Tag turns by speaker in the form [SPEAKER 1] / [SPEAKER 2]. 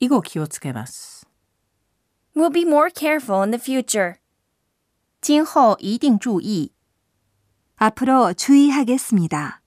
[SPEAKER 1] 以後気をつけます。
[SPEAKER 2] We'll be more careful in the future.
[SPEAKER 3] 今后一定注意。
[SPEAKER 4] 앞으로 주의하겠습니다.